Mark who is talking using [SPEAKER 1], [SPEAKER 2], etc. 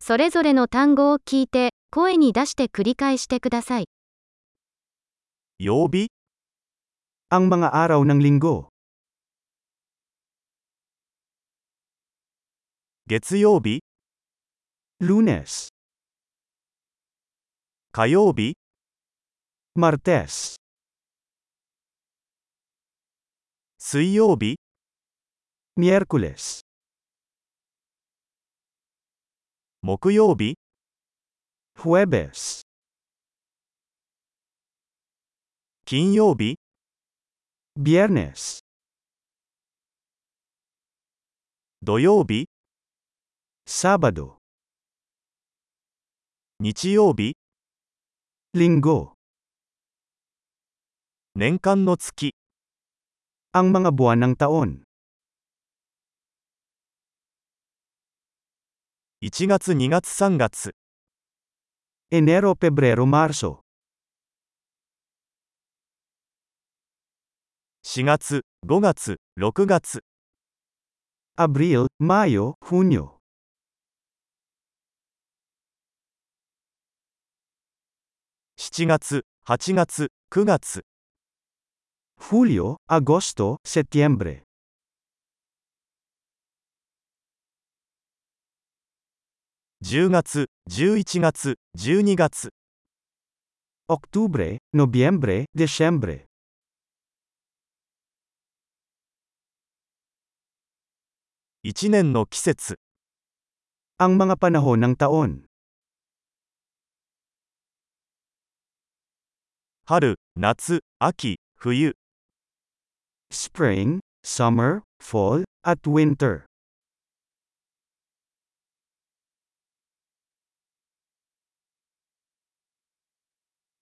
[SPEAKER 1] それぞれの単語を聞いて、声に出して繰り返してください。
[SPEAKER 2] Yobi? Ang mga araw ng linggo. Getsuyobi? Lunes. Kayobi? Martes. Suiyobi? Miyerkules. Mokuyobi? Huwebes. 金曜日 Viernes 土曜日 Sábado 日曜日 Linggo 年間の月 Ang mga buwan ng taon 1月2月3月 Enero Pebrero Marso 4月、5月、6月。Abril, Mayo, Junio。7月、8月、9月。Julio, Agosto, Septiembre。10月、11月、12月。Octubre, Noviembre, Diciembre。一年の季節 Ang mga panahon ng taon 春、夏、秋、冬 Spring, summer, fall, at winter